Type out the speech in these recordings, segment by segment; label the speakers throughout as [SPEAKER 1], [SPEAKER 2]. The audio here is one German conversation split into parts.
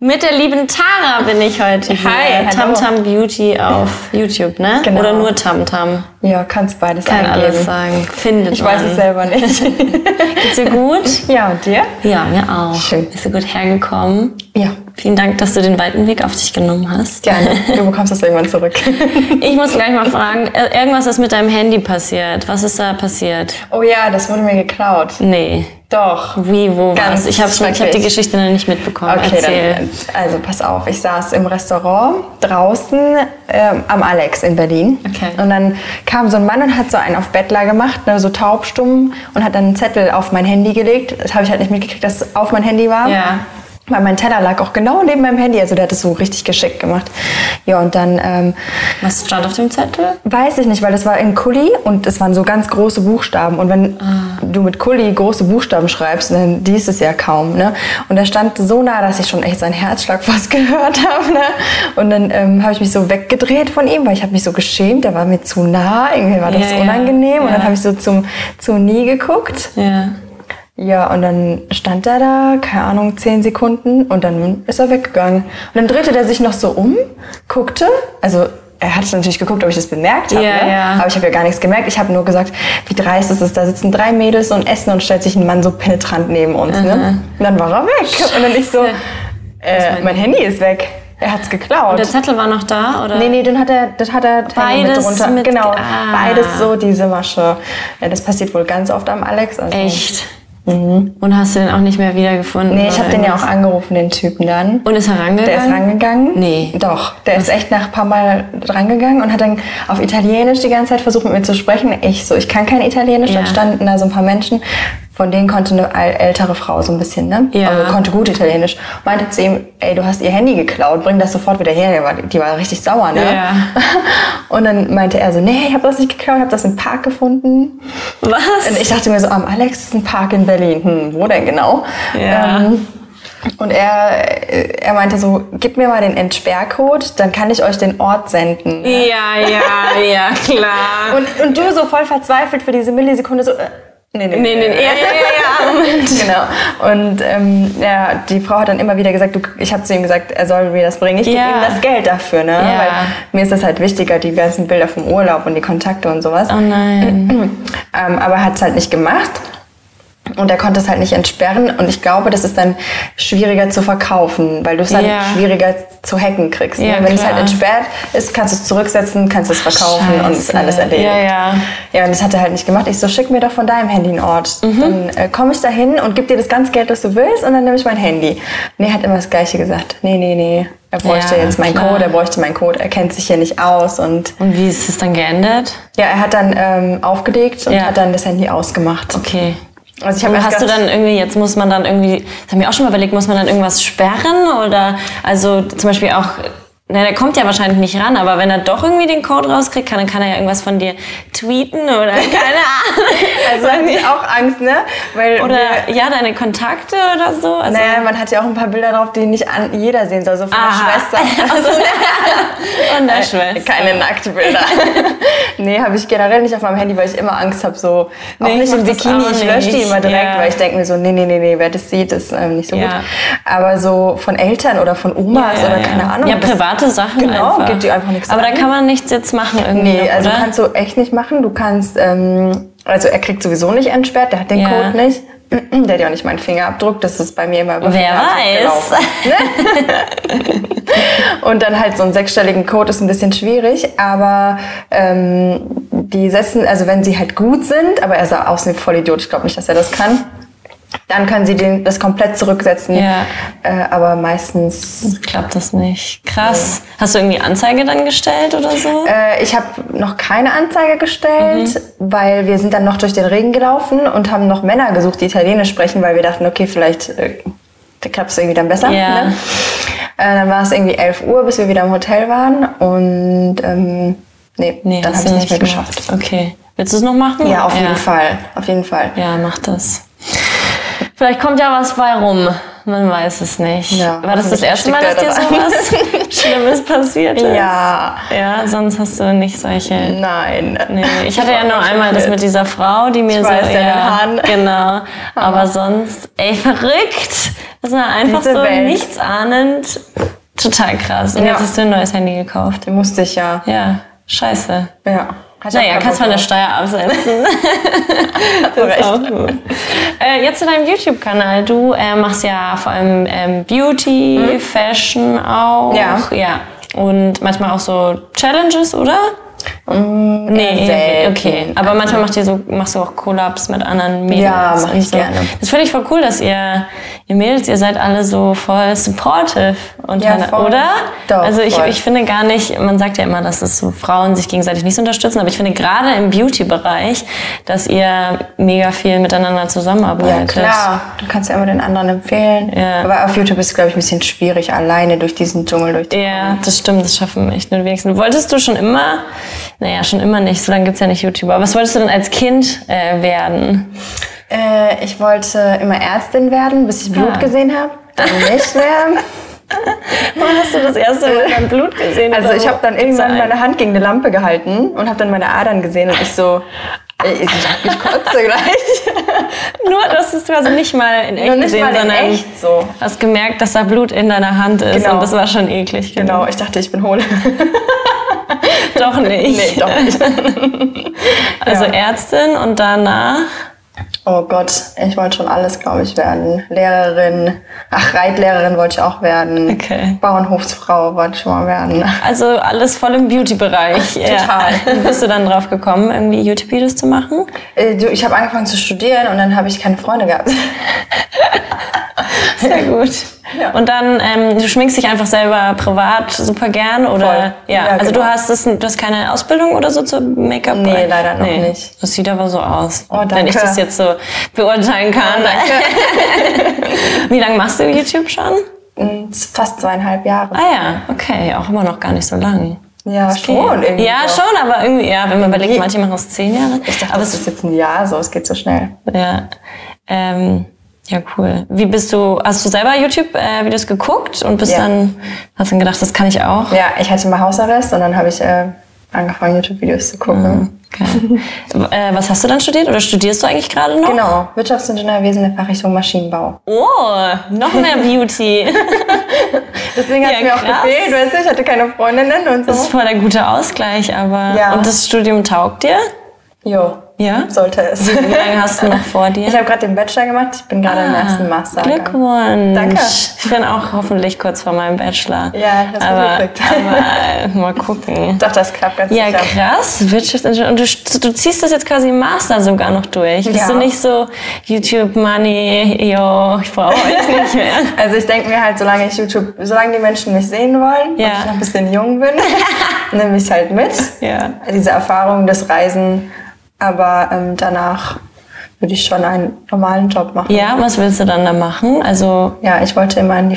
[SPEAKER 1] Mit der lieben Tara bin ich heute hier.
[SPEAKER 2] Hi, hallo.
[SPEAKER 1] Tamtam Beauty auf YouTube, ne?
[SPEAKER 2] Genau.
[SPEAKER 1] Oder nur Tamtam.
[SPEAKER 2] Ja, kannst beides
[SPEAKER 1] Kann
[SPEAKER 2] eingeben.
[SPEAKER 1] alles sagen. Findet
[SPEAKER 2] Ich weiß
[SPEAKER 1] man.
[SPEAKER 2] es selber nicht.
[SPEAKER 1] Geht's dir gut?
[SPEAKER 2] ja, und dir?
[SPEAKER 1] Ja, mir auch.
[SPEAKER 2] Schön.
[SPEAKER 1] Bist du gut hergekommen?
[SPEAKER 2] Ja,
[SPEAKER 1] Vielen Dank, dass du den weiten Weg auf dich genommen hast.
[SPEAKER 2] gerne. Du bekommst das irgendwann zurück.
[SPEAKER 1] Ich muss gleich mal fragen, äh, irgendwas ist mit deinem Handy passiert. Was ist da passiert?
[SPEAKER 2] Oh ja, das wurde mir geklaut.
[SPEAKER 1] Nee.
[SPEAKER 2] Doch.
[SPEAKER 1] Wie, wo,
[SPEAKER 2] Ganz
[SPEAKER 1] was? Ich habe hab die
[SPEAKER 2] schrecklich.
[SPEAKER 1] Geschichte noch nicht mitbekommen.
[SPEAKER 2] Okay,
[SPEAKER 1] Erzähl.
[SPEAKER 2] dann, also pass auf, ich saß im Restaurant draußen ähm, am Alex in Berlin.
[SPEAKER 1] Okay.
[SPEAKER 2] Und dann kam so ein Mann und hat so einen auf Bettler gemacht, ne, so taubstumm, und hat dann einen Zettel auf mein Handy gelegt. Das habe ich halt nicht mitgekriegt, dass es auf mein Handy war.
[SPEAKER 1] Ja.
[SPEAKER 2] Weil mein Teller lag auch genau neben meinem Handy, also der hat es so richtig geschickt gemacht. Ja, und dann ähm,
[SPEAKER 1] Was stand auf dem Zettel?
[SPEAKER 2] Weiß ich nicht, weil das war in Kuli und es waren so ganz große Buchstaben. Und wenn
[SPEAKER 1] Ah.
[SPEAKER 2] du mit Kuli große Buchstaben schreibst, dann liest es ja kaum. Ne? Und er stand so nah, dass ich schon echt seinen Herzschlag fast gehört habe. Ne? Und dann ähm, habe ich mich so weggedreht von ihm, weil ich habe mich so geschämt. Er war mir zu nah, irgendwie war das
[SPEAKER 1] Ja, ja,
[SPEAKER 2] unangenehm. Und
[SPEAKER 1] ja.
[SPEAKER 2] dann habe ich so zum, zum Nie geguckt.
[SPEAKER 1] Ja.
[SPEAKER 2] Ja, und dann stand er da, keine Ahnung, zehn Sekunden und dann ist er weggegangen. Und dann drehte er sich noch so um, guckte, also er hat natürlich geguckt, ob ich das bemerkt habe,
[SPEAKER 1] Ja,
[SPEAKER 2] ne?
[SPEAKER 1] ja.
[SPEAKER 2] aber ich habe ja gar nichts gemerkt. Ich habe nur gesagt, wie dreist ist es, da sitzen drei Mädels und essen und stellt sich ein Mann so penetrant neben uns. Ne? Und dann war er weg und dann ich so, äh, mein Handy ist weg, er hat's geklaut.
[SPEAKER 1] Der Zettel war noch da, oder?
[SPEAKER 2] Nee, nee, dann hat er, das hat er Teile
[SPEAKER 1] Beides
[SPEAKER 2] mit drunter.
[SPEAKER 1] mit-
[SPEAKER 2] genau,
[SPEAKER 1] ah.
[SPEAKER 2] beides so diese Masche. Ja, das passiert wohl ganz oft am Alex. Also.
[SPEAKER 1] Echt? Und hast du den auch nicht mehr wiedergefunden?
[SPEAKER 2] Mhm. Nee, ich habe
[SPEAKER 1] oder
[SPEAKER 2] den ja auch
[SPEAKER 1] irgendwas?
[SPEAKER 2] angerufen, den Typen dann.
[SPEAKER 1] Und ist herangegangen?
[SPEAKER 2] der ist rangegangen?
[SPEAKER 1] Nee.
[SPEAKER 2] Doch, der ist echt nach ein paar Mal rangegangen und hat dann auf Italienisch die ganze Zeit versucht, mit mir zu sprechen. Ich so, ich kann kein Italienisch.
[SPEAKER 1] Ja.
[SPEAKER 2] Dann standen da so ein paar Menschen, von denen konnte eine äl- ältere Frau so ein bisschen, ne?
[SPEAKER 1] Ja.
[SPEAKER 2] Also konnte gut Italienisch. Meinte zu ihm, ey, du hast ihr Handy geklaut, bring das sofort wieder her. Die war, die war richtig sauer, ne?
[SPEAKER 1] Ja.
[SPEAKER 2] Und dann meinte er so, nee, ich habe das nicht geklaut, ich habe das im Park gefunden.
[SPEAKER 1] Was?
[SPEAKER 2] Und Also ich dachte mir so, am Alex ist ein Park in Berlin. Hm, wo denn genau?
[SPEAKER 1] Ja.
[SPEAKER 2] Ähm, und er, äh, er meinte so, gib mir mal den Entsperrcode, dann kann ich euch den Ort senden.
[SPEAKER 1] Ja, ja, ja, klar.
[SPEAKER 2] Und, und du so voll verzweifelt für diese Millisekunde so, äh, nee, nee,
[SPEAKER 1] Nee, nee, nee, ja, ja, ja, ja. Moment.
[SPEAKER 2] Genau. Und ähm, ja, die Frau hat dann immer wieder gesagt, du, ich habe zu ihm gesagt, er soll mir das bringen. Ich gebe
[SPEAKER 1] Ja.
[SPEAKER 2] ihm das Geld dafür, ne?
[SPEAKER 1] Ja.
[SPEAKER 2] Weil mir ist das halt wichtiger, die ganzen Bilder vom Urlaub und die Kontakte und sowas.
[SPEAKER 1] Oh nein.
[SPEAKER 2] Ähm, aber hat es halt nicht gemacht. Und er konnte es halt nicht entsperren. Und ich glaube, das ist dann schwieriger zu verkaufen, weil du es dann
[SPEAKER 1] Ja.
[SPEAKER 2] schwieriger zu hacken kriegst.
[SPEAKER 1] Ja,
[SPEAKER 2] ne? Wenn es
[SPEAKER 1] klar.
[SPEAKER 2] halt entsperrt ist, kannst du es zurücksetzen, kannst du es verkaufen und ist
[SPEAKER 1] Scheiße.
[SPEAKER 2] alles erledigt.
[SPEAKER 1] Ja, ja.
[SPEAKER 2] ja, und das hat er halt nicht gemacht. Ich so, schick mir doch von deinem Handy einen Ort.
[SPEAKER 1] Mhm.
[SPEAKER 2] Dann äh, komme ich da hin und gib dir das ganze Geld, das du willst, und dann nehme ich mein Handy. Nee, hat immer das Gleiche gesagt. Nee, nee, nee. Er bräuchte
[SPEAKER 1] Ja,
[SPEAKER 2] jetzt meinen
[SPEAKER 1] klar.
[SPEAKER 2] Code, er bräuchte meinen Code, er kennt sich hier nicht aus und
[SPEAKER 1] Und wie ist es dann geendet?
[SPEAKER 2] ja, er hat dann ähm, aufgelegt und
[SPEAKER 1] Ja.
[SPEAKER 2] hat dann das Handy ausgemacht.
[SPEAKER 1] Okay.
[SPEAKER 2] Also ich
[SPEAKER 1] Und
[SPEAKER 2] habe
[SPEAKER 1] hast du dann irgendwie, jetzt muss man dann irgendwie, das haben wir auch schon mal überlegt, muss man dann irgendwas sperren oder, also zum Beispiel auch, na, der kommt ja wahrscheinlich nicht ran, aber wenn er doch irgendwie den Code rauskriegt, kann, dann kann er ja irgendwas von dir tweeten oder keine
[SPEAKER 2] also hatte
[SPEAKER 1] Ahnung.
[SPEAKER 2] ich auch Angst, ne? Weil
[SPEAKER 1] oder
[SPEAKER 2] wir,
[SPEAKER 1] ja, deine Kontakte oder so. Also,
[SPEAKER 2] naja, man hat ja auch ein paar Bilder drauf, die nicht an, jeder sehen soll, so von
[SPEAKER 1] Aha.
[SPEAKER 2] der Schwester. Äh,
[SPEAKER 1] Also, und der Schwester.
[SPEAKER 2] Keine Nacktbilder. nee, habe ich generell nicht auf meinem Handy, weil ich immer Angst habe, so
[SPEAKER 1] Nee,
[SPEAKER 2] auch
[SPEAKER 1] ich
[SPEAKER 2] nicht im
[SPEAKER 1] mach das
[SPEAKER 2] Bikini,
[SPEAKER 1] auch
[SPEAKER 2] ich lösche die
[SPEAKER 1] nicht.
[SPEAKER 2] immer direkt,
[SPEAKER 1] Ja.
[SPEAKER 2] weil ich denke mir so, nee, nee, nee, nee, wer das sieht, ist ähm, nicht so
[SPEAKER 1] Ja.
[SPEAKER 2] gut. Aber so von Eltern oder von Omas
[SPEAKER 1] Ja,
[SPEAKER 2] oder
[SPEAKER 1] ja.
[SPEAKER 2] also, keine Ahnung.
[SPEAKER 1] Ja,
[SPEAKER 2] das-
[SPEAKER 1] private Sachen
[SPEAKER 2] Genau,
[SPEAKER 1] einfach.
[SPEAKER 2] geht die einfach nichts
[SPEAKER 1] Aber da
[SPEAKER 2] an.
[SPEAKER 1] kann man nichts jetzt machen irgendwie,
[SPEAKER 2] Nee,
[SPEAKER 1] noch,
[SPEAKER 2] also
[SPEAKER 1] oder?
[SPEAKER 2] kannst du echt nicht machen. Du kannst, ähm, also er kriegt sowieso nicht entsperrt, der hat den
[SPEAKER 1] Ja.
[SPEAKER 2] Code nicht. Der hat ja auch nicht meinen Fingerabdruck, das ist bei mir immer über
[SPEAKER 1] Wer
[SPEAKER 2] Fingerabdruck
[SPEAKER 1] weiß.
[SPEAKER 2] gelaufen. ne? Und dann halt so einen sechsstelligen Code ist ein bisschen schwierig, aber ähm, die setzen, also wenn sie halt gut sind, aber er sah aus wie ein Vollidiot, ich glaube nicht, dass er das kann, dann können sie den, das komplett zurücksetzen.
[SPEAKER 1] Ja.
[SPEAKER 2] Äh, aber meistens
[SPEAKER 1] Klappt das nicht. Krass. Hast du irgendwie Anzeige dann gestellt oder so?
[SPEAKER 2] Äh, ich habe noch keine Anzeige gestellt,
[SPEAKER 1] Mhm.
[SPEAKER 2] weil wir sind dann noch durch den Regen gelaufen und haben noch Männer gesucht, die Italienisch sprechen, weil wir dachten, okay, vielleicht äh, da klappt es irgendwie dann besser.
[SPEAKER 1] Ja.
[SPEAKER 2] Ne? Äh, dann war es irgendwie 11 Uhr, bis wir wieder im Hotel waren und ähm, nee, dann habe
[SPEAKER 1] hast
[SPEAKER 2] ich es
[SPEAKER 1] du
[SPEAKER 2] nicht mehr
[SPEAKER 1] gemacht.
[SPEAKER 2] geschafft.
[SPEAKER 1] Okay. Willst du es noch machen?
[SPEAKER 2] Ja, auf jeden Fall, auf jeden Fall.
[SPEAKER 1] Ja, mach das. Vielleicht kommt ja was bei rum. Man weiß es nicht.
[SPEAKER 2] Ja,
[SPEAKER 1] War das das
[SPEAKER 2] hoffentlich
[SPEAKER 1] erste Mal, dass
[SPEAKER 2] steckt
[SPEAKER 1] dir
[SPEAKER 2] er
[SPEAKER 1] sowas Schlimmes passiert ist?
[SPEAKER 2] Ja. Mhm.
[SPEAKER 1] Ja, sonst hast du nicht solche.
[SPEAKER 2] Nein.
[SPEAKER 1] Nee, ich hatte ja nur einmal das mit dieser Frau, die mir
[SPEAKER 2] Ich
[SPEAKER 1] so.
[SPEAKER 2] weiß, ja, den Hahn.
[SPEAKER 1] Genau. Aber sonst, ey, verrückt. Das war einfach
[SPEAKER 2] Diese
[SPEAKER 1] so
[SPEAKER 2] Welt.
[SPEAKER 1] nichts ahnend. Total krass. Und
[SPEAKER 2] Ja.
[SPEAKER 1] jetzt hast du ein neues Handy gekauft.
[SPEAKER 2] Den musste ich ja.
[SPEAKER 1] Ja, scheiße.
[SPEAKER 2] Ja. Hat
[SPEAKER 1] Naja,
[SPEAKER 2] auch
[SPEAKER 1] kannst von
[SPEAKER 2] keinen
[SPEAKER 1] der
[SPEAKER 2] Bock
[SPEAKER 1] Steuer absetzen.
[SPEAKER 2] drauf.
[SPEAKER 1] Auch gut. Äh, jetzt zu deinem YouTube-Kanal. Du äh, machst ja vor allem ähm, Beauty, Fashion auch.
[SPEAKER 2] Ja.
[SPEAKER 1] ja. Und manchmal auch so Challenges, oder?
[SPEAKER 2] Mm,
[SPEAKER 1] Nee,
[SPEAKER 2] selten.
[SPEAKER 1] okay. Aber manchmal macht ihr so, machst du auch Collabs mit anderen Mädels.
[SPEAKER 2] Ja, mach
[SPEAKER 1] und
[SPEAKER 2] ich
[SPEAKER 1] so.
[SPEAKER 2] gerne.
[SPEAKER 1] Das finde ich voll cool, dass ihr, ihr Mädels, ihr seid alle so voll supportive untereinander,
[SPEAKER 2] Ja, voll.
[SPEAKER 1] oder?
[SPEAKER 2] Doch,
[SPEAKER 1] also ich,
[SPEAKER 2] voll.
[SPEAKER 1] ich finde gar nicht, man sagt ja immer, dass es so Frauen sich gegenseitig nicht so unterstützen, aber ich finde gerade im Beauty-Bereich, dass ihr mega viel miteinander
[SPEAKER 2] Ja,
[SPEAKER 1] zusammenarbeitet.
[SPEAKER 2] klar. Du kannst ja immer den anderen empfehlen.
[SPEAKER 1] Ja.
[SPEAKER 2] Aber auf YouTube ist es, glaube ich, ein bisschen schwierig, alleine durch diesen Dschungel durchzukommen.
[SPEAKER 1] Ja, das stimmt, das schaffen echt nur die wenigsten. Wolltest du schon immer, naja, schon immer nicht, so lange gibt's ja nicht YouTuber, was wolltest du denn als Kind äh, werden?
[SPEAKER 2] Äh, ich wollte immer Ärztin werden, bis ich Blut
[SPEAKER 1] Ah.
[SPEAKER 2] gesehen habe. Dann nicht mehr.
[SPEAKER 1] Wann hast du das erste Mal dein Blut gesehen?
[SPEAKER 2] Also ich habe dann irgendwann
[SPEAKER 1] Sein.
[SPEAKER 2] meine Hand gegen eine Lampe gehalten und habe dann meine Adern gesehen und ich so, äh, ich, ich kotze gleich.
[SPEAKER 1] Nur, dass du es also nicht mal in echt
[SPEAKER 2] Nur nicht
[SPEAKER 1] gesehen,
[SPEAKER 2] mal in
[SPEAKER 1] sondern
[SPEAKER 2] echt so.
[SPEAKER 1] hast gemerkt, dass da Blut in deiner Hand ist
[SPEAKER 2] Genau.
[SPEAKER 1] und das war schon eklig.
[SPEAKER 2] Genau, ich dachte, ich bin hohl.
[SPEAKER 1] Doch nicht.
[SPEAKER 2] Genau. nee, doch nicht.
[SPEAKER 1] Also
[SPEAKER 2] Ja.
[SPEAKER 1] Ärztin und danach
[SPEAKER 2] Oh Gott, ich wollte schon alles, glaube ich, werden. Lehrerin, ach, Reitlehrerin wollte ich auch werden.
[SPEAKER 1] Okay.
[SPEAKER 2] Bauernhofsfrau wollte ich schon mal werden.
[SPEAKER 1] also alles voll im Beauty-Bereich.
[SPEAKER 2] Total.
[SPEAKER 1] Wie bist du dann drauf gekommen, irgendwie YouTube-Videos zu machen?
[SPEAKER 2] Äh, du, ich habe angefangen zu studieren und dann habe ich keine Freunde gehabt.
[SPEAKER 1] Sehr gut.
[SPEAKER 2] Ja.
[SPEAKER 1] Und dann, ähm, du schminkst dich einfach selber privat super gern
[SPEAKER 2] Voll.
[SPEAKER 1] oder? Ja.
[SPEAKER 2] Ja,
[SPEAKER 1] also
[SPEAKER 2] genau.
[SPEAKER 1] du hast das, du hast keine Ausbildung oder so zur Make-up?
[SPEAKER 2] Nee, leider noch nicht.
[SPEAKER 1] Das sieht aber so aus,
[SPEAKER 2] Oh, danke.
[SPEAKER 1] wenn ich das jetzt so beurteilen kann. Wie lange machst du YouTube schon?
[SPEAKER 2] Mm, Fast zweieinhalb Jahre.
[SPEAKER 1] Ah ja, okay, auch immer noch gar nicht so lang.
[SPEAKER 2] Ja,
[SPEAKER 1] Das geht.
[SPEAKER 2] schon irgendwie.
[SPEAKER 1] Ja,
[SPEAKER 2] doch.
[SPEAKER 1] schon, aber irgendwie, ja, wenn man überlegt, manche machen es zehn Jahre.
[SPEAKER 2] Ich dachte,
[SPEAKER 1] aber
[SPEAKER 2] das
[SPEAKER 1] es
[SPEAKER 2] ist jetzt ein Jahr so, es geht so schnell.
[SPEAKER 1] Ja. Ähm, ja, cool. Wie bist du, hast du selber YouTube-Videos geguckt und bist
[SPEAKER 2] Ja.
[SPEAKER 1] dann, hast dann gedacht, das kann ich auch?
[SPEAKER 2] Ja, ich hatte mal Hausarrest und dann habe ich äh, angefangen, YouTube-Videos zu
[SPEAKER 1] Mhm.
[SPEAKER 2] gucken.
[SPEAKER 1] Okay. äh, was hast du dann studiert oder studierst du eigentlich gerade noch?
[SPEAKER 2] Genau, Wirtschaftsingenieurwesen der Fachrichtung Maschinenbau.
[SPEAKER 1] Oh, noch mehr Beauty.
[SPEAKER 2] Deswegen hat
[SPEAKER 1] Ja,
[SPEAKER 2] es mir auch
[SPEAKER 1] krass.
[SPEAKER 2] gefehlt, weißt du, ich hatte keine Freundinnen und
[SPEAKER 1] Das ist
[SPEAKER 2] so.
[SPEAKER 1] voll der gute Ausgleich, aber.
[SPEAKER 2] Ja.
[SPEAKER 1] Und das Studium taugt dir?
[SPEAKER 2] Jo,
[SPEAKER 1] Ja?
[SPEAKER 2] sollte es.
[SPEAKER 1] Wie lange hast du noch vor dir?
[SPEAKER 2] Ich habe gerade den Bachelor gemacht, ich bin gerade
[SPEAKER 1] Ah,
[SPEAKER 2] im ersten Master.
[SPEAKER 1] Glückwunsch.
[SPEAKER 2] Danke.
[SPEAKER 1] Ich bin auch hoffentlich kurz vor meinem Bachelor.
[SPEAKER 2] Ja, das
[SPEAKER 1] aber,
[SPEAKER 2] wird gekriegt.
[SPEAKER 1] aber äh, mal gucken.
[SPEAKER 2] Doch, das klappt ganz
[SPEAKER 1] Ja,
[SPEAKER 2] sicher.
[SPEAKER 1] krass, Wirtschaftsingenieur. Und du, du ziehst das jetzt quasi im Master sogar noch durch. Bist
[SPEAKER 2] Ja.
[SPEAKER 1] du nicht so YouTube Money, yo, ich brauche euch nicht mehr.
[SPEAKER 2] Also ich denke mir halt, solange ich YouTube, solange die Menschen mich sehen wollen
[SPEAKER 1] Ja.
[SPEAKER 2] und ich noch ein bisschen jung bin, nehme ich halt mit.
[SPEAKER 1] Ja.
[SPEAKER 2] Diese Erfahrung, das Reisen. Aber ähm, danach würde ich schon einen normalen Job machen.
[SPEAKER 1] Ja, was willst du dann da machen? Also,
[SPEAKER 2] Ja, ich wollte immer in die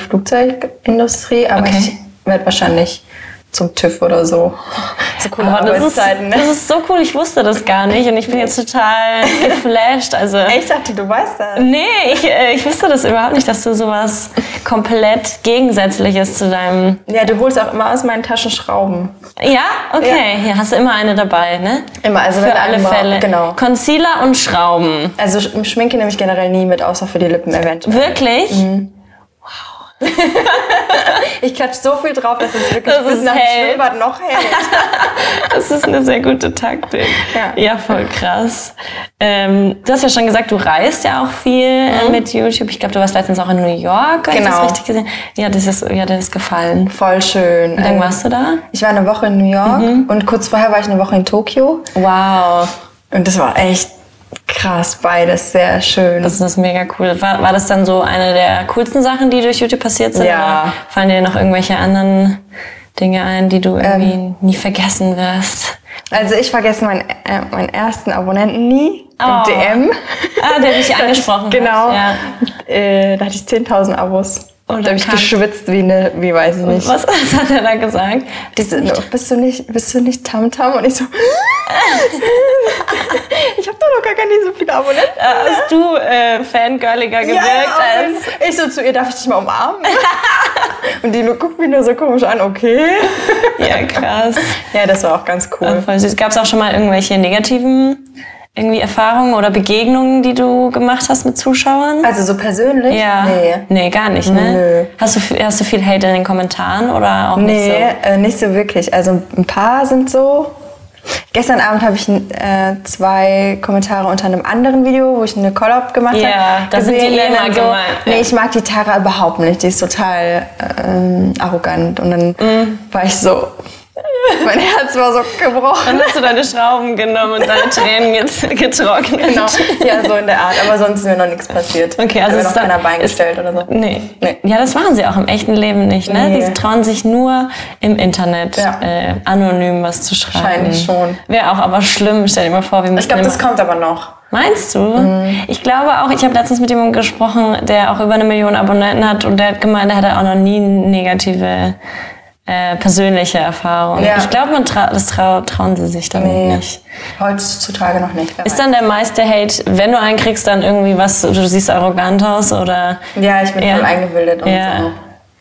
[SPEAKER 2] Flugzeugindustrie, aber
[SPEAKER 1] Okay.
[SPEAKER 2] ich werde wahrscheinlich zum TÜV oder so. So coole
[SPEAKER 1] aber ah, das, ist,
[SPEAKER 2] Arbeitszeiten.
[SPEAKER 1] das
[SPEAKER 2] ne?
[SPEAKER 1] ist so cool, ich wusste das gar nicht und ich bin jetzt total geflasht. Also,
[SPEAKER 2] Ich dachte, du weißt das.
[SPEAKER 1] nee, ich, äh, ich wusste das überhaupt nicht, dass du sowas komplett Gegensätzliches zu deinem.
[SPEAKER 2] Ja, du holst auch immer aus meinen Taschen Schrauben.
[SPEAKER 1] Ja, okay, hier hast du immer eine dabei, ne?
[SPEAKER 2] Immer, also
[SPEAKER 1] Für
[SPEAKER 2] wenn
[SPEAKER 1] alle
[SPEAKER 2] einmal-
[SPEAKER 1] Fälle.
[SPEAKER 2] Genau.
[SPEAKER 1] Concealer und Schrauben.
[SPEAKER 2] Also Sch- Schminke nehme ich generell nie mit, außer für die Lippen eventuell.
[SPEAKER 1] Wirklich?
[SPEAKER 2] Ich klatsche so viel drauf, dass es wirklich
[SPEAKER 1] Das
[SPEAKER 2] bis
[SPEAKER 1] ist
[SPEAKER 2] nach dem
[SPEAKER 1] hell.
[SPEAKER 2] Schwimmbad noch hält.
[SPEAKER 1] Das ist eine sehr gute Taktik.
[SPEAKER 2] Ja.
[SPEAKER 1] Ja, voll krass. Ähm, du hast ja schon gesagt, du reist ja auch viel äh, mit YouTube. Ich glaube, du warst letztens auch in New York, wenn ich das
[SPEAKER 2] Mhm. Genau.
[SPEAKER 1] richtig gesehen Ja, das ist, ja, das ist gefallen.
[SPEAKER 2] Voll schön.
[SPEAKER 1] Wie lange
[SPEAKER 2] Ähm,
[SPEAKER 1] warst du da?
[SPEAKER 2] Ich war eine Woche in New York
[SPEAKER 1] Mhm.
[SPEAKER 2] und kurz vorher war ich eine Woche in Tokio.
[SPEAKER 1] Wow.
[SPEAKER 2] Und das war echt krass, beides sehr schön.
[SPEAKER 1] Das ist mega cool. War, war das dann so eine der coolsten Sachen, die durch YouTube passiert sind?
[SPEAKER 2] Ja.
[SPEAKER 1] Oder fallen dir noch irgendwelche anderen Dinge ein, die du
[SPEAKER 2] Ähm.
[SPEAKER 1] irgendwie nie vergessen wirst?
[SPEAKER 2] Also ich vergesse meinen, äh, meinen ersten Abonnenten nie.
[SPEAKER 1] Oh.
[SPEAKER 2] Im DM.
[SPEAKER 1] Ah, der dich angesprochen hat.
[SPEAKER 2] Genau.
[SPEAKER 1] Ja. Oh,
[SPEAKER 2] Äh, da hatte ich 10.000 Abos.
[SPEAKER 1] Und
[SPEAKER 2] Da habe ich geschwitzt wie eine, wie weiß ich nicht.
[SPEAKER 1] was, was hat er da gesagt?
[SPEAKER 2] Diese, bist du nicht, bist du nicht Tamtam? Und ich so, ich habe doch noch gar nicht so viele Abonnenten.
[SPEAKER 1] Da hast du äh, fangirliger gewirkt als
[SPEAKER 2] ich so zu ihr, darf ich dich mal umarmen? Und die nur, guckt mich nur so komisch an, okay.
[SPEAKER 1] Ja, krass.
[SPEAKER 2] Ja, das war auch ganz cool.
[SPEAKER 1] Voll süß. Gab es auch schon mal irgendwelche negativen irgendwie Erfahrungen oder Begegnungen, die du gemacht hast mit Zuschauern?
[SPEAKER 2] Also so persönlich?
[SPEAKER 1] Ja.
[SPEAKER 2] Nee.
[SPEAKER 1] Nee, gar nicht, ne? Hast du, viel- hast du viel Hate in den Kommentaren oder auch
[SPEAKER 2] Nee,
[SPEAKER 1] nicht
[SPEAKER 2] äh, nicht so wirklich. Also ein paar sind so. Gestern Abend habe ich äh, zwei Kommentare unter einem anderen Video, wo ich eine Collab gemacht
[SPEAKER 1] Ja,
[SPEAKER 2] habe.
[SPEAKER 1] da sind die
[SPEAKER 2] gesehen,
[SPEAKER 1] Lämmer
[SPEAKER 2] dann
[SPEAKER 1] gemeint,
[SPEAKER 2] Nee,
[SPEAKER 1] ja.
[SPEAKER 2] ich mag die Tara überhaupt nicht. Die ist total ähm, arrogant. Und dann
[SPEAKER 1] Mhm.
[SPEAKER 2] war ich so. Mein Herz war so gebrochen.
[SPEAKER 1] Dann hast du deine Schrauben genommen und deine Tränen get- getrocknet.
[SPEAKER 2] Genau. Ja, so in der Art. Aber sonst ist mir noch nichts passiert.
[SPEAKER 1] Okay, also
[SPEAKER 2] Hat mir
[SPEAKER 1] es
[SPEAKER 2] noch
[SPEAKER 1] ist dann-
[SPEAKER 2] keiner Bein
[SPEAKER 1] ist-
[SPEAKER 2] gestellt oder so.
[SPEAKER 1] Nee.
[SPEAKER 2] Nee.
[SPEAKER 1] Ja, das machen sie auch im echten Leben nicht, ne?
[SPEAKER 2] Nee.
[SPEAKER 1] Die trauen sich nur im Internet
[SPEAKER 2] Ja.
[SPEAKER 1] äh, anonym was zu schreiben.
[SPEAKER 2] Wahrscheinlich schon.
[SPEAKER 1] Wäre auch aber schlimm. Stell dir mal vor, wir müssen
[SPEAKER 2] Ich glaube,
[SPEAKER 1] immer-
[SPEAKER 2] das kommt aber noch.
[SPEAKER 1] Meinst du? Ich glaube auch, ich habe letztens mit jemandem gesprochen, der auch über eine Million Abonnenten hat und der hat gemeint, er hatte auch noch nie negative äh, persönliche Erfahrungen.
[SPEAKER 2] Ja.
[SPEAKER 1] Ich glaube, man tra das trau trauen sie sich damit nicht.
[SPEAKER 2] Heutzutage noch nicht. wer
[SPEAKER 1] Ist dann der meiste Hate, wenn du einen kriegst, dann irgendwie was, du siehst arrogant aus oder...
[SPEAKER 2] Ja, ich bin
[SPEAKER 1] Ja.
[SPEAKER 2] voll eingebildet und
[SPEAKER 1] Ja.
[SPEAKER 2] so.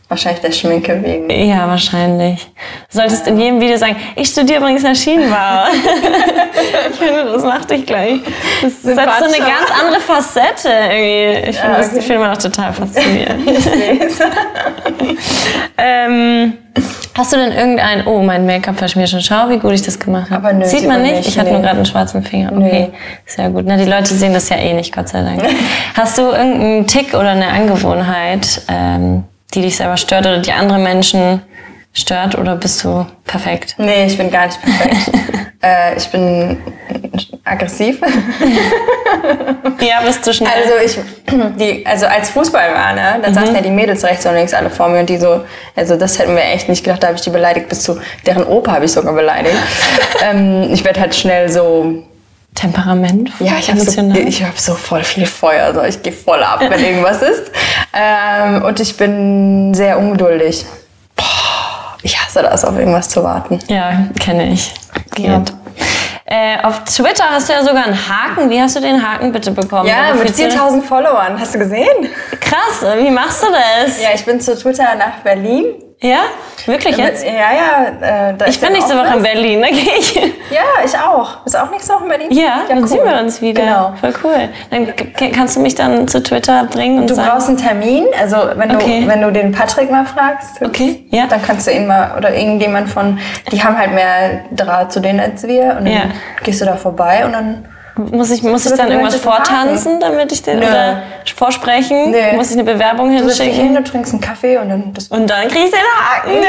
[SPEAKER 2] Wahrscheinlich der Schminke wegen.
[SPEAKER 1] Ja, wahrscheinlich. Du solltest in jedem Video sagen, ich studiere übrigens Maschinenbau. ich finde, das macht dich gleich. Das ist halt so eine
[SPEAKER 2] Sympathischer.
[SPEAKER 1] ganz andere Facette irgendwie. Ich finde
[SPEAKER 2] Ja,
[SPEAKER 1] das
[SPEAKER 2] okay.
[SPEAKER 1] ich finde man auch total faszinierend.
[SPEAKER 2] Ich seh's.
[SPEAKER 1] ähm, hast du denn irgendein, oh, mein Make-up verschmiert schon. Schau, wie gut ich das gemacht habe.
[SPEAKER 2] Aber nö,
[SPEAKER 1] Sieht man nicht? Ich hatte nur
[SPEAKER 2] nee.
[SPEAKER 1] gerade einen schwarzen Finger. Okay, sehr gut. Na, die Leute sehen das ja eh nicht, Gott sei Dank. Hast du irgendeinen Tick oder eine Angewohnheit, ähm, die dich selber stört oder die andere Menschen stört oder bist du perfekt?
[SPEAKER 2] nee, ich bin gar nicht perfekt. äh, ich bin aggressiv.
[SPEAKER 1] Ja, bist du schnell.
[SPEAKER 2] Also ich, die, also als Fußball war, ne,
[SPEAKER 1] Mhm.
[SPEAKER 2] dann saßen ja die Mädels rechts und links alle vor mir und die so, also das hätten wir echt nicht gedacht, da habe ich die beleidigt bis zu, deren Opa habe ich sogar beleidigt. ähm, ich werde halt schnell so,
[SPEAKER 1] Temperament?
[SPEAKER 2] ja, ich habe so,
[SPEAKER 1] emotional.
[SPEAKER 2] ich hab so voll viel Feuer, so ich gehe voll ab, wenn irgendwas ist. Ähm, und ich bin sehr ungeduldig. Boah, ich hasse das, auf irgendwas zu warten.
[SPEAKER 1] ja, kenne ich. Geht.
[SPEAKER 2] Ja.
[SPEAKER 1] Äh, auf Twitter hast du ja sogar einen Haken. Wie hast du den Haken bitte bekommen?
[SPEAKER 2] Ja,
[SPEAKER 1] Oder
[SPEAKER 2] mit
[SPEAKER 1] offiziell-
[SPEAKER 2] 10.000 Followern. Hast du gesehen?
[SPEAKER 1] Krass, wie machst du das?
[SPEAKER 2] Ja, ich bin zu Twitter nach Berlin.
[SPEAKER 1] Ja? Wirklich jetzt?
[SPEAKER 2] Ja, ja. Äh, da
[SPEAKER 1] Ich bin nächste Woche in Berlin, da gehe ich.
[SPEAKER 2] Ja, ich auch. Bist du auch nächste Woche in Berlin?
[SPEAKER 1] Ja, dann
[SPEAKER 2] cool.
[SPEAKER 1] sehen wir uns wieder.
[SPEAKER 2] Genau.
[SPEAKER 1] Voll cool. Dann k- kannst du mich dann zu Twitter bringen und
[SPEAKER 2] Du
[SPEAKER 1] sagen.
[SPEAKER 2] brauchst einen Termin. Also, wenn,
[SPEAKER 1] Okay.
[SPEAKER 2] du, wenn du den Patrick mal fragst,
[SPEAKER 1] Okay, ja.
[SPEAKER 2] dann kannst du ihn mal oder irgendjemand von. Die haben halt mehr Draht zu denen als wir. Und dann
[SPEAKER 1] Ja.
[SPEAKER 2] gehst du da vorbei und dann.
[SPEAKER 1] muss ich, muss ich
[SPEAKER 2] du
[SPEAKER 1] dann irgendwas
[SPEAKER 2] möchtest einen
[SPEAKER 1] vortanzen, damit ich den
[SPEAKER 2] Nö.
[SPEAKER 1] oder vorsprechen?
[SPEAKER 2] Nee.
[SPEAKER 1] Muss ich eine Bewerbung
[SPEAKER 2] Du setzt dich hin,
[SPEAKER 1] hinschicken?
[SPEAKER 2] du trinkst einen Kaffee und dann. Das
[SPEAKER 1] Und dann kriege ich den Haken.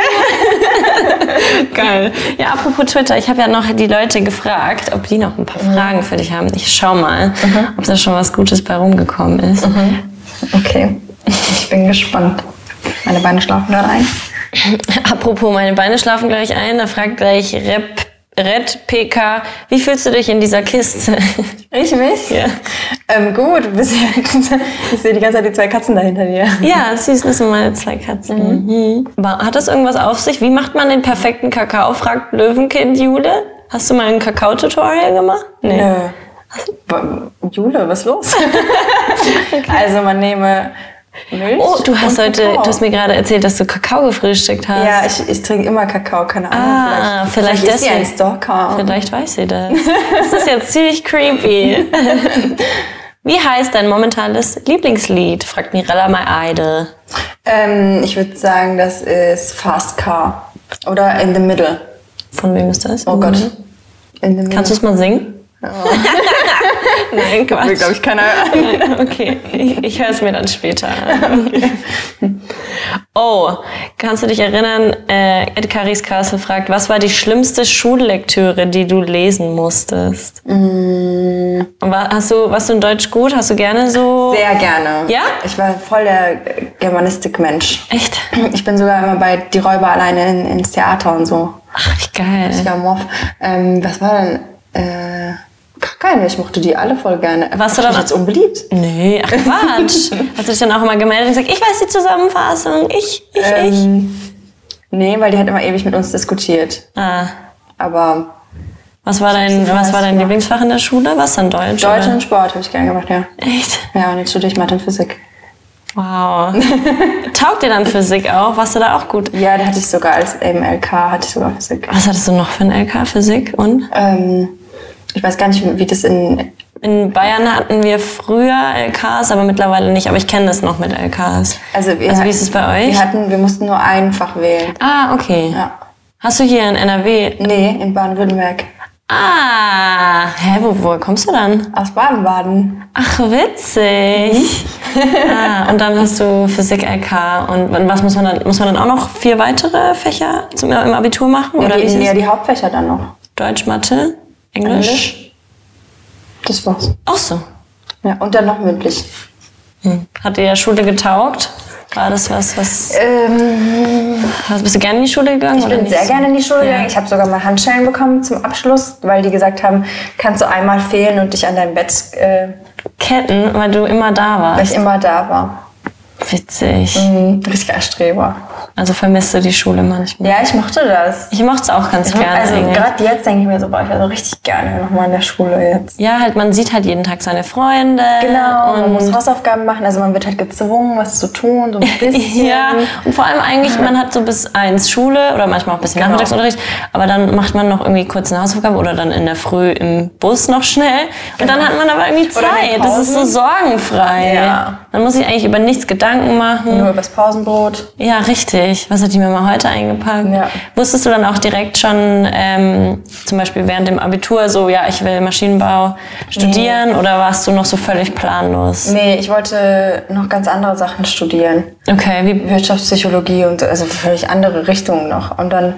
[SPEAKER 1] Geil. Ja, apropos Twitter, ich habe ja noch die Leute gefragt, ob die noch ein paar Fragen für dich haben. Ich schau mal,
[SPEAKER 2] Mhm.
[SPEAKER 1] ob da schon was Gutes bei rumgekommen ist.
[SPEAKER 2] okay. Ich bin gespannt. Meine Beine schlafen gerade ein.
[SPEAKER 1] Apropos, meine Beine schlafen gleich ein. Da fragt gleich Rep, Red PK, wie fühlst du dich in dieser Kiste?
[SPEAKER 2] Ich mich?
[SPEAKER 1] Ja.
[SPEAKER 2] Ähm, gut, bis jetzt. Ich sehe die ganze Zeit die zwei Katzen da hinter dir.
[SPEAKER 1] ja, süß, das sind meine zwei Katzen. Mhm. Aber Hat das irgendwas auf sich? Wie macht man den perfekten Kakao? Fragt Löwenkind Jule. Hast du mal ein Kakao-Tutorial gemacht? Nee.
[SPEAKER 2] Nö. B- Jule, was ist los? Also man nehme Milch.
[SPEAKER 1] Oh, du hast
[SPEAKER 2] und
[SPEAKER 1] heute,
[SPEAKER 2] Kakao.
[SPEAKER 1] du hast mir gerade erzählt, dass du Kakao gefrühstückt hast.
[SPEAKER 2] Ja, ich, ich trinke immer Kakao, keine Ahnung.
[SPEAKER 1] Ah, vielleicht
[SPEAKER 2] vielleicht ist sie ein
[SPEAKER 1] deswegen.
[SPEAKER 2] Stalker.
[SPEAKER 1] Vielleicht weiß sie das. Das ist jetzt ziemlich creepy. Wie heißt dein momentanes Lieblingslied? Fragt Mirella My Idol.
[SPEAKER 2] Ähm, ich würde sagen, das ist Fast Car. Oder In the Middle.
[SPEAKER 1] Von wem ist das?
[SPEAKER 2] Oh Gott. In the Middle.
[SPEAKER 1] Mhm. Kannst du es mal singen? Nein,
[SPEAKER 2] Mir,
[SPEAKER 1] Quatsch.
[SPEAKER 2] glaub ich, keiner.
[SPEAKER 1] Okay, ich, ich höre es mir dann später. an. Oh, kannst du dich erinnern, äh, Ed Caris Castle fragt, was war die schlimmste Schullektüre, die du lesen musstest?
[SPEAKER 2] Mm.
[SPEAKER 1] Und wa- hast du, warst du in Deutsch gut? Hast du gerne so...
[SPEAKER 2] Sehr gerne.
[SPEAKER 1] Ja?
[SPEAKER 2] Ich war voll der äh, Germanistik-Mensch.
[SPEAKER 1] Echt?
[SPEAKER 2] Ich bin sogar immer bei Die Räuber alleine in, ins Theater und so.
[SPEAKER 1] Ach, wie geil.
[SPEAKER 2] Ja, Morph. Ähm, was war denn? Äh, Gar keine, ich mochte die alle voll gerne.
[SPEAKER 1] Warst du
[SPEAKER 2] Hab ich
[SPEAKER 1] dann-
[SPEAKER 2] jetzt unbeliebt?
[SPEAKER 1] Nee, ach Quatsch. Hast du dich dann auch immer gemeldet und gesagt, ich weiß die Zusammenfassung, ich, ich, ich.
[SPEAKER 2] Ähm, nee, weil die hat immer ewig mit uns diskutiert.
[SPEAKER 1] Ah.
[SPEAKER 2] Aber
[SPEAKER 1] Was war dein,
[SPEAKER 2] sie
[SPEAKER 1] was
[SPEAKER 2] weiß
[SPEAKER 1] war dein
[SPEAKER 2] gemacht.
[SPEAKER 1] Lieblingsfach in der Schule? Was denn Deutsch?
[SPEAKER 2] Deutsch
[SPEAKER 1] oder?
[SPEAKER 2] und Sport habe ich gerne gemacht, ja.
[SPEAKER 1] Echt?
[SPEAKER 2] Ja, und jetzt studiere ich Mathe und Physik.
[SPEAKER 1] Wow. Taugt dir dann Physik auch? Warst du da auch gut?
[SPEAKER 2] Ja, da hatte ich sogar als MLK hatte ich sogar Physik.
[SPEAKER 1] Was hattest du noch für ein LK? Physik und?
[SPEAKER 2] Ähm, ich weiß gar nicht, wie das in.
[SPEAKER 1] In Bayern hatten wir früher LKs, aber mittlerweile nicht. Aber ich kenne das noch mit LKs.
[SPEAKER 2] Also, wir
[SPEAKER 1] Also, wie ist es bei euch?
[SPEAKER 2] Wir hatten, wir mussten nur einfach wählen.
[SPEAKER 1] ah, okay.
[SPEAKER 2] Ja.
[SPEAKER 1] Hast du hier in NRW?
[SPEAKER 2] Nee, in Baden-Württemberg.
[SPEAKER 1] Ah, hä, wo, wo kommst du dann?
[SPEAKER 2] Aus Baden-Baden.
[SPEAKER 1] Ach, witzig.
[SPEAKER 2] Mhm.
[SPEAKER 1] ah, und dann hast du Physik LK. Und wann- was muss man dann? Muss man dann auch noch vier weitere Fächer zum, äh, im Abitur machen? Oder
[SPEAKER 2] Oder
[SPEAKER 1] wie ist
[SPEAKER 2] die, ja,
[SPEAKER 1] es?
[SPEAKER 2] die Hauptfächer dann noch.
[SPEAKER 1] Deutsch, Mathe, Englisch? Englisch?
[SPEAKER 2] Englisch. Das war's.
[SPEAKER 1] Auch so.
[SPEAKER 2] Ja, und dann noch mündlich.
[SPEAKER 1] Hat dir der Schule getaugt? War das was, was.
[SPEAKER 2] Ähm,
[SPEAKER 1] Hast, bist du gerne in die Schule gegangen?
[SPEAKER 2] Ich
[SPEAKER 1] oder
[SPEAKER 2] bin
[SPEAKER 1] nicht
[SPEAKER 2] sehr
[SPEAKER 1] so?
[SPEAKER 2] gerne in die Schule gegangen. Ich habe sogar mal Handschellen bekommen zum Abschluss, weil die gesagt haben, kannst du einmal fehlen und dich an dein Bett, äh,
[SPEAKER 1] Ketten, weil du immer da
[SPEAKER 2] weil
[SPEAKER 1] warst.
[SPEAKER 2] ich immer da war.
[SPEAKER 1] Witzig.
[SPEAKER 2] Mhm, richtiger Streber.
[SPEAKER 1] Also vermisst du die Schule manchmal.
[SPEAKER 2] Ja, ich mochte das.
[SPEAKER 1] Ich mochte es auch ganz gerne.
[SPEAKER 2] also
[SPEAKER 1] eigentlich.
[SPEAKER 2] gerade jetzt denke ich mir so, boah, ich wäre so richtig gerne nochmal in der Schule jetzt.
[SPEAKER 1] ja, halt, man sieht halt jeden Tag seine Freunde.
[SPEAKER 2] Genau, man
[SPEAKER 1] Und
[SPEAKER 2] muss Hausaufgaben machen, also man wird halt gezwungen, was zu tun, so ein bisschen.
[SPEAKER 1] ja, und vor allem eigentlich, man hat so bis eins Schule oder manchmal auch ein bisschen
[SPEAKER 2] Genau.
[SPEAKER 1] Nachmittagsunterricht, aber dann macht man noch irgendwie kurz eine Hausaufgabe oder dann in der Früh im Bus noch schnell und dann hat man aber irgendwie
[SPEAKER 2] Genau. Oder in
[SPEAKER 1] Zeit.
[SPEAKER 2] den
[SPEAKER 1] Das ist so
[SPEAKER 2] Pausen.
[SPEAKER 1] sorgenfrei.
[SPEAKER 2] Ja.
[SPEAKER 1] Man muss sich eigentlich über nichts Gedanken machen.
[SPEAKER 2] Nur übers Pausenbrot.
[SPEAKER 1] Ja, richtig. Was hat die mir mal heute eingepackt?
[SPEAKER 2] Ja.
[SPEAKER 1] Wusstest du dann auch direkt schon, ähm, zum Beispiel während dem Abitur, so, ja, ich will Maschinenbau studieren oder warst du noch so völlig planlos?
[SPEAKER 2] Nee, ich wollte noch ganz andere Sachen studieren.
[SPEAKER 1] Okay, wie,
[SPEAKER 2] Wirtschaftspsychologie und also völlig andere Richtungen noch. Und dann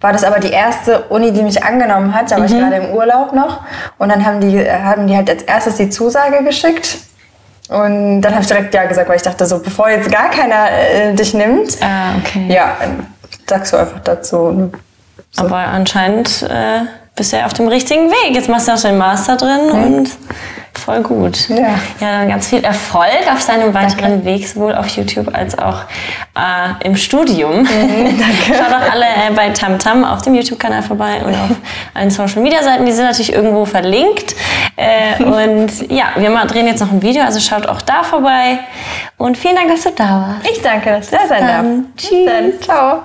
[SPEAKER 2] war das aber die erste Uni, die mich angenommen hat. Da
[SPEAKER 1] Mhm.
[SPEAKER 2] war ich gerade im Urlaub noch. Und dann haben die, äh, haben die halt als erstes die Zusage geschickt. Und dann habe ich direkt Ja gesagt, weil ich dachte so, bevor jetzt gar keiner äh, dich nimmt,
[SPEAKER 1] ah, okay.
[SPEAKER 2] ja, sagst du einfach dazu.
[SPEAKER 1] Aber anscheinend äh, bist du ja auf dem richtigen Weg. Jetzt machst du auch den Master drin und voll gut.
[SPEAKER 2] Ja.
[SPEAKER 1] ja, dann ganz viel Erfolg auf deinem weiteren Weg, sowohl auf YouTube als auch äh, im Studium. danke. Schau doch alle äh, bei Tamtam auf dem YouTube-Kanal vorbei und auf allen Social-Media-Seiten. Die sind natürlich irgendwo verlinkt. Äh, und ja, wir mal drehen jetzt noch ein Video, also schaut auch da vorbei. Und vielen Dank, dass du da warst.
[SPEAKER 2] Ich danke, dass du da sein
[SPEAKER 1] Dann.
[SPEAKER 2] darf. Tschüss. Dann. Ciao.